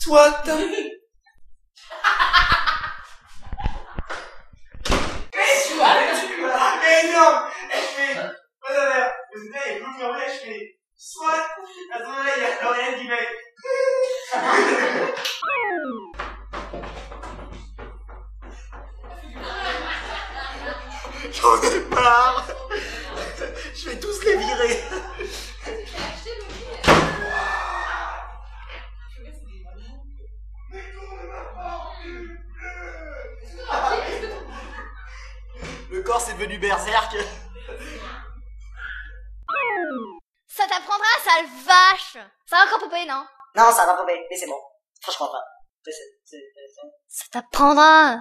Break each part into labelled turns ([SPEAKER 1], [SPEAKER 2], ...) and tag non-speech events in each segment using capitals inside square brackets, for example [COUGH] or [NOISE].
[SPEAKER 1] Soit
[SPEAKER 2] Mais non Et je fais... Oh non, non, vous êtes là, il y a plus fermé, je fais... Soit À ce moment-là, il y a Dorian qui fait...
[SPEAKER 1] J'en ai marre Je vais tous les virer Le corps c'est devenu berserk
[SPEAKER 3] Ça t'apprendra, sale vache Ça va encore popper, non
[SPEAKER 4] Non, ça va tomber, mais c'est bon. Franchement, pas. C'est- c'est- c'est- c'est-
[SPEAKER 3] Ça t'apprendra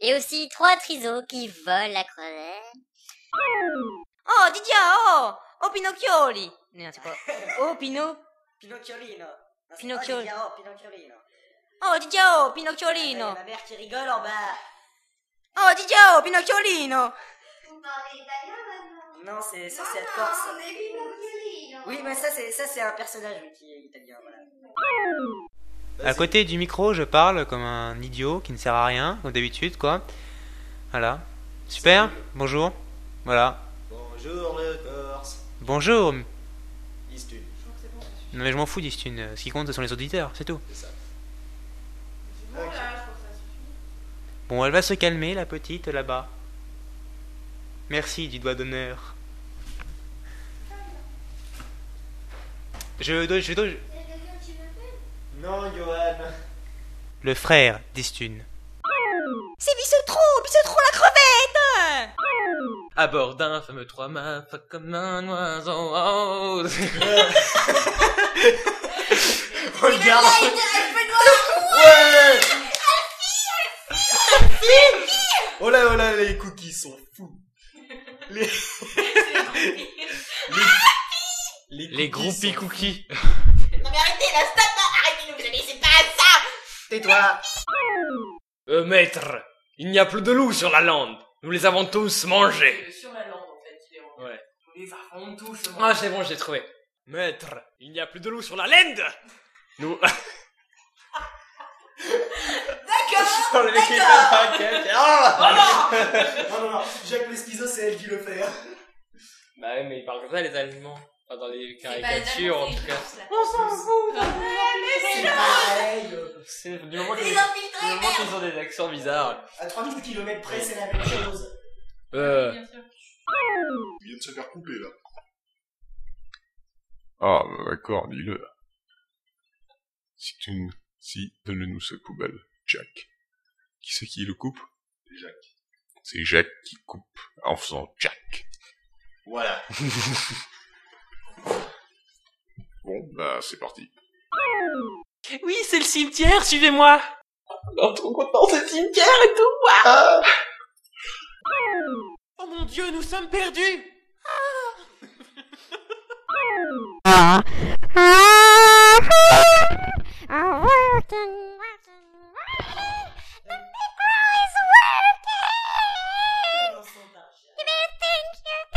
[SPEAKER 5] Et aussi trois trisos qui volent la crevette. Oh, Didia, oh Oh, Pinocchioli Non, c'est pas... Oh, Pino
[SPEAKER 4] Pinocchiolino. Non, c'est
[SPEAKER 5] Pinocchio.
[SPEAKER 4] pas Lydia, oh, Pinocchiolino.
[SPEAKER 5] Oh, Didia, oh,
[SPEAKER 4] Il y a
[SPEAKER 5] Pinocchiolino
[SPEAKER 4] ma mère qui rigole en bas.
[SPEAKER 5] Oh, Didia, oh, Pinocchiolino
[SPEAKER 6] Vous parlez italien maintenant
[SPEAKER 4] Non, c'est ça, c'est être corse.
[SPEAKER 6] on est Pinocchio.
[SPEAKER 4] Oui, mais ça, c'est ça, c'est un personnage oui, qui est italien. Voilà.
[SPEAKER 7] À côté du micro, je parle comme un idiot qui ne sert à rien, comme d'habitude, quoi. Voilà. Super, bonjour. Voilà.
[SPEAKER 1] Bonjour le Corse
[SPEAKER 7] Bonjour. Non,
[SPEAKER 1] Istune,
[SPEAKER 7] mais je m'en fous d'Istune. Ce qui compte, ce sont les auditeurs, c'est tout.
[SPEAKER 1] c'est ça.
[SPEAKER 7] Bon, elle va se calmer, la petite, là-bas. Merci du doigt d'honneur. Je dois, je dois...
[SPEAKER 6] C'est quelqu'un qui me fait
[SPEAKER 1] Non, Johan
[SPEAKER 7] Le frère d'Istune.
[SPEAKER 5] C'est trop Visse trop la crevette
[SPEAKER 8] À bord d'un fameux trois-mâts, pas comme un oiseau. Oh,
[SPEAKER 1] Regarde [LAUGHS] Ouais Oh là oh là, les cookies sont [LAUGHS] fous Les... les...
[SPEAKER 8] les groupies cookies.
[SPEAKER 1] Tais-toi
[SPEAKER 8] Euh, maître, il n'y a plus de loups sur la lande. Nous les avons tous mangés.
[SPEAKER 2] Euh, Sur la lande, en fait, il est en...
[SPEAKER 8] Ouais.
[SPEAKER 2] Les enfants tous...
[SPEAKER 8] Ah, c'est bon, j'ai trouvé. Maître, il n'y a plus de loups sur la lande. Nous...
[SPEAKER 1] Dans le mec il est pas paquet. Ah Oh, non Non, non, non, Jacques le schizo, c'est elle qui le fait. hein.
[SPEAKER 8] Bah oui, mais ils parlent comme ça, les Allemands. Enfin, dans les
[SPEAKER 9] C'est pas
[SPEAKER 2] bah,
[SPEAKER 9] les
[SPEAKER 8] caricatures,
[SPEAKER 9] Allemands,
[SPEAKER 8] en
[SPEAKER 9] c'est
[SPEAKER 8] tout
[SPEAKER 9] les
[SPEAKER 8] cas.
[SPEAKER 9] Russes, là.
[SPEAKER 1] C'est pareil euh,
[SPEAKER 8] C'est du moment
[SPEAKER 6] Les
[SPEAKER 8] qu'ils du moment qu'ils ont des accents bizarres.
[SPEAKER 1] À 3000 km près, c'est la même chose.
[SPEAKER 8] Euh...
[SPEAKER 9] Bien sûr.
[SPEAKER 10] Il vient de se faire couper là.
[SPEAKER 11] Ah, bah, d'accord, dis-le. Si tu nous... Si, donne-nous ce poubelle, Jack. Qui c'est qui le coupe
[SPEAKER 10] C'est Jacques.
[SPEAKER 11] C'est Jack qui coupe en faisant Jack.
[SPEAKER 1] Voilà.
[SPEAKER 11] [LAUGHS] Bon, bah, c'est parti.
[SPEAKER 2] Oui, c'est le cimetière, suivez-moi
[SPEAKER 1] Non, trop content, c'est cimetière et tout
[SPEAKER 2] Oh mon dieu, nous sommes perdus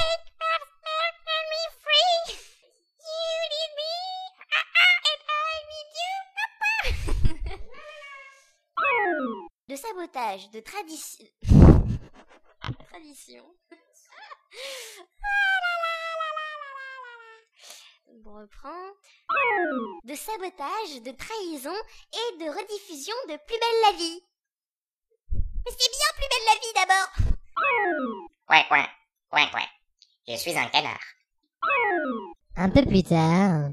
[SPEAKER 5] Uh-uh, Uh-uh. De sabotage, de tradition... tradition...
[SPEAKER 3] On reprend. De sabotage, de trahison et de rediffusion de Plus belle la vie. Mais c'est bien Plus belle la vie d'abord
[SPEAKER 5] Ouais, ouais, ouais, ouais. Je suis un canard. Un peu plus tard...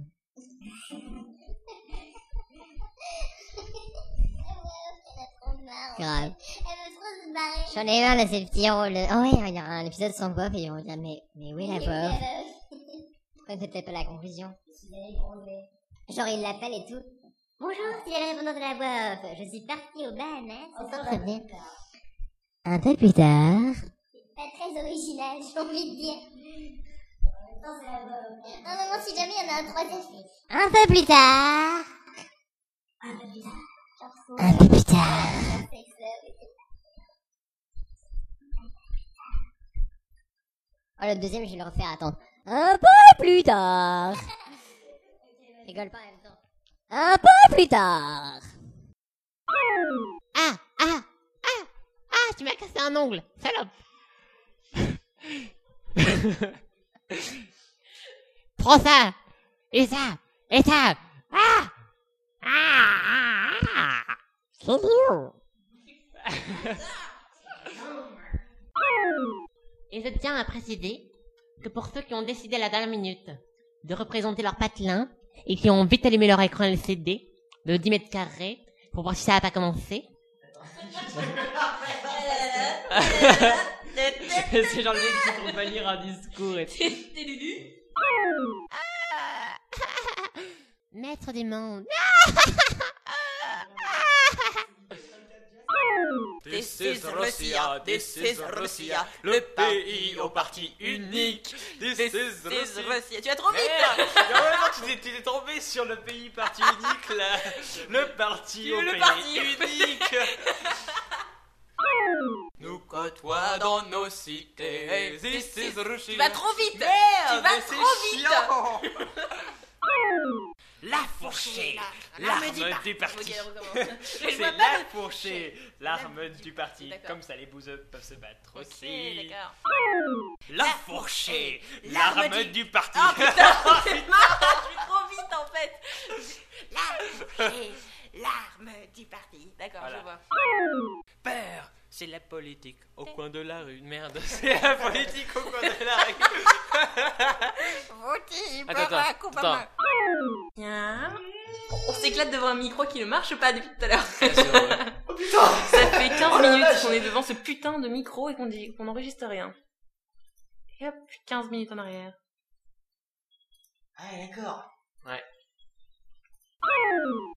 [SPEAKER 6] Elle veut
[SPEAKER 5] Grave.
[SPEAKER 6] trop se barrer.
[SPEAKER 5] J'en ai marre, là, c'est le petit rôle. Oh ouais, il y aura un épisode sans bof et on va dire, mais, mais où est la bof Pourquoi c'est peut-être pas la conclusion Genre, il l'appelle et tout. Bonjour, c'est la répondante de la bof. Je suis partie au Bahamas.
[SPEAKER 6] Encore la
[SPEAKER 5] très bien.
[SPEAKER 6] peur.
[SPEAKER 5] Un peu plus tard.
[SPEAKER 6] Pas très original, j'ai envie de dire. Non, c'est la bonne. Non, non, non, si jamais il y en a un troisième, je fais.
[SPEAKER 5] Un peu plus tard. Un peu plus tard.
[SPEAKER 6] Genre, euh, c'est ça.
[SPEAKER 5] Oh, le deuxième, je vais le refaire, attends. Un peu plus tard. rigole pas en même temps.
[SPEAKER 6] Un peu plus tard.
[SPEAKER 5] Ah, ah, ah, ah, tu m'as cassé un ongle, salope. [LAUGHS] Prends ça, et ça, et ça. Ah, ah, ah, ah. C'est lourd. Et je tiens à préciser que pour ceux qui ont décidé à la dernière minute de représenter leur patelin et qui ont vite allumé leur écran LCD de 10 mètres carrés pour voir si ça n'a pas commencé,
[SPEAKER 7] [LAUGHS] C'est genre le mec qui tombe à lire un discours et
[SPEAKER 12] T'es Lulu
[SPEAKER 5] Maître des mondes.
[SPEAKER 12] This is Russia, this is Russia, le pays au parti unique. This is
[SPEAKER 7] [LAUGHS]
[SPEAKER 12] Russia. Tu as trop vite
[SPEAKER 7] Merde. Mais en même temps, Ah tu t'es- tu t'es tombé sur le pays parti unique là. Le parti au
[SPEAKER 12] Le
[SPEAKER 7] pays [LAUGHS]
[SPEAKER 12] parti
[SPEAKER 7] unique.
[SPEAKER 12] Nous côtoie dans nos cités. This is Russia.
[SPEAKER 7] Tu vas trop
[SPEAKER 12] vite Merde,
[SPEAKER 7] mais c'est chiant.
[SPEAKER 12] La fourchée
[SPEAKER 7] L'arme
[SPEAKER 12] L'arme
[SPEAKER 7] du,
[SPEAKER 12] du
[SPEAKER 7] parti.
[SPEAKER 12] Mais je
[SPEAKER 7] C'est
[SPEAKER 12] vois pas
[SPEAKER 7] la
[SPEAKER 12] de-
[SPEAKER 7] fourchée, l'arme du parti. Comme ça, les bouseux peuvent se battre aussi.
[SPEAKER 12] d'accord.
[SPEAKER 7] La fourchée,
[SPEAKER 12] L'arme
[SPEAKER 7] l'arme
[SPEAKER 12] du-
[SPEAKER 7] du parti. [LAUGHS]
[SPEAKER 12] Ah putain,
[SPEAKER 5] [LAUGHS]
[SPEAKER 12] c'est marrant, je suis trop vite en fait. La fourchée, l'arme du parti. D'accord, je vois.
[SPEAKER 7] Père, c'est la politique au coin de la rue. Merde, [LAUGHS] c'est la politique au coin de la rue.
[SPEAKER 12] Votez,
[SPEAKER 7] Attends,
[SPEAKER 12] Barack
[SPEAKER 7] attends,
[SPEAKER 12] Obama.
[SPEAKER 7] attends.
[SPEAKER 12] Tiens. On- On s'éclate devant un micro qui ne marche pas depuis tout à l'heure. [LAUGHS] oh putain Ça fait 15
[SPEAKER 7] Oh la
[SPEAKER 12] minutes
[SPEAKER 7] vache.
[SPEAKER 12] qu'on est devant ce putain de micro et qu'on dit qu'on n'enregistre rien. Et hop, 15 minutes en arrière.
[SPEAKER 1] Ah,
[SPEAKER 4] Ouais, d'accord.
[SPEAKER 7] Ouais.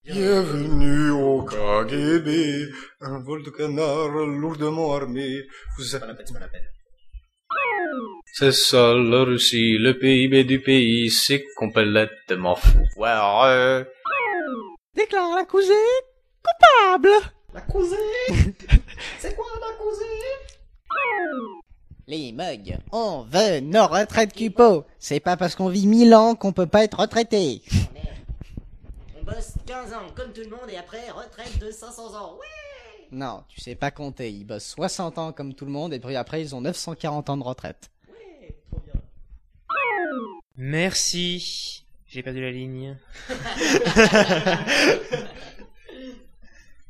[SPEAKER 13] Bienvenue au KGB, un vol de canard lourdement armé. Vous
[SPEAKER 14] C'est ça, la Russie, le PIB du pays, c'est complètement foireux.
[SPEAKER 2] Déclare l'accusé coupable.
[SPEAKER 1] L'accusé C'est quoi l'accusé
[SPEAKER 2] Les mugs. On veut nos retraites cupo. C'est pas parce qu'on vit mille ans qu'on peut pas être retraité.
[SPEAKER 4] On bosse 15 ans comme tout le monde et après retraite de 500 ans. Ouais
[SPEAKER 2] Non, tu sais pas compter. Ils bossent 60 ans comme tout le monde et puis après ils ont 940 ans de retraite.
[SPEAKER 15] Merci. J'ai perdu la ligne.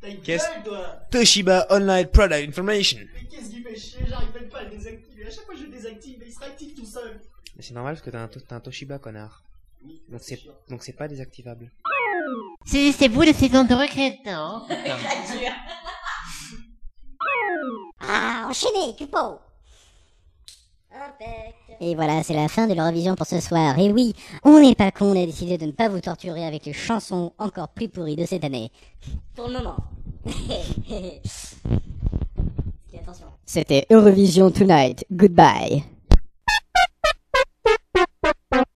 [SPEAKER 1] Ta
[SPEAKER 16] Qu'est-ce-
[SPEAKER 1] gueule, toi
[SPEAKER 16] Toshiba Online Product Information.
[SPEAKER 1] Mais qu'est-ce qu'il fait chier J'arrive même pas à le désactiver. À chaque fois que je le désactive, il se réactive tout seul.
[SPEAKER 16] Mais c'est normal parce que t'as un, to- t'as un Toshiba, connard. Donc c'est donc c'est pas désactivable.
[SPEAKER 5] Saisissez-vous de ces endroits crétins. [LAUGHS]
[SPEAKER 6] Ah, enchaîné, Cupo.
[SPEAKER 5] Et voilà, c'est la fin de l'Eurovision pour ce soir. Et oui, on n'est pas con, on a décidé de ne pas vous torturer avec les chansons encore plus pourries de cette année.
[SPEAKER 6] Pour le
[SPEAKER 5] [LAUGHS]
[SPEAKER 6] moment. Parce que, attention.
[SPEAKER 5] C'était Eurovision Tonight. Goodbye.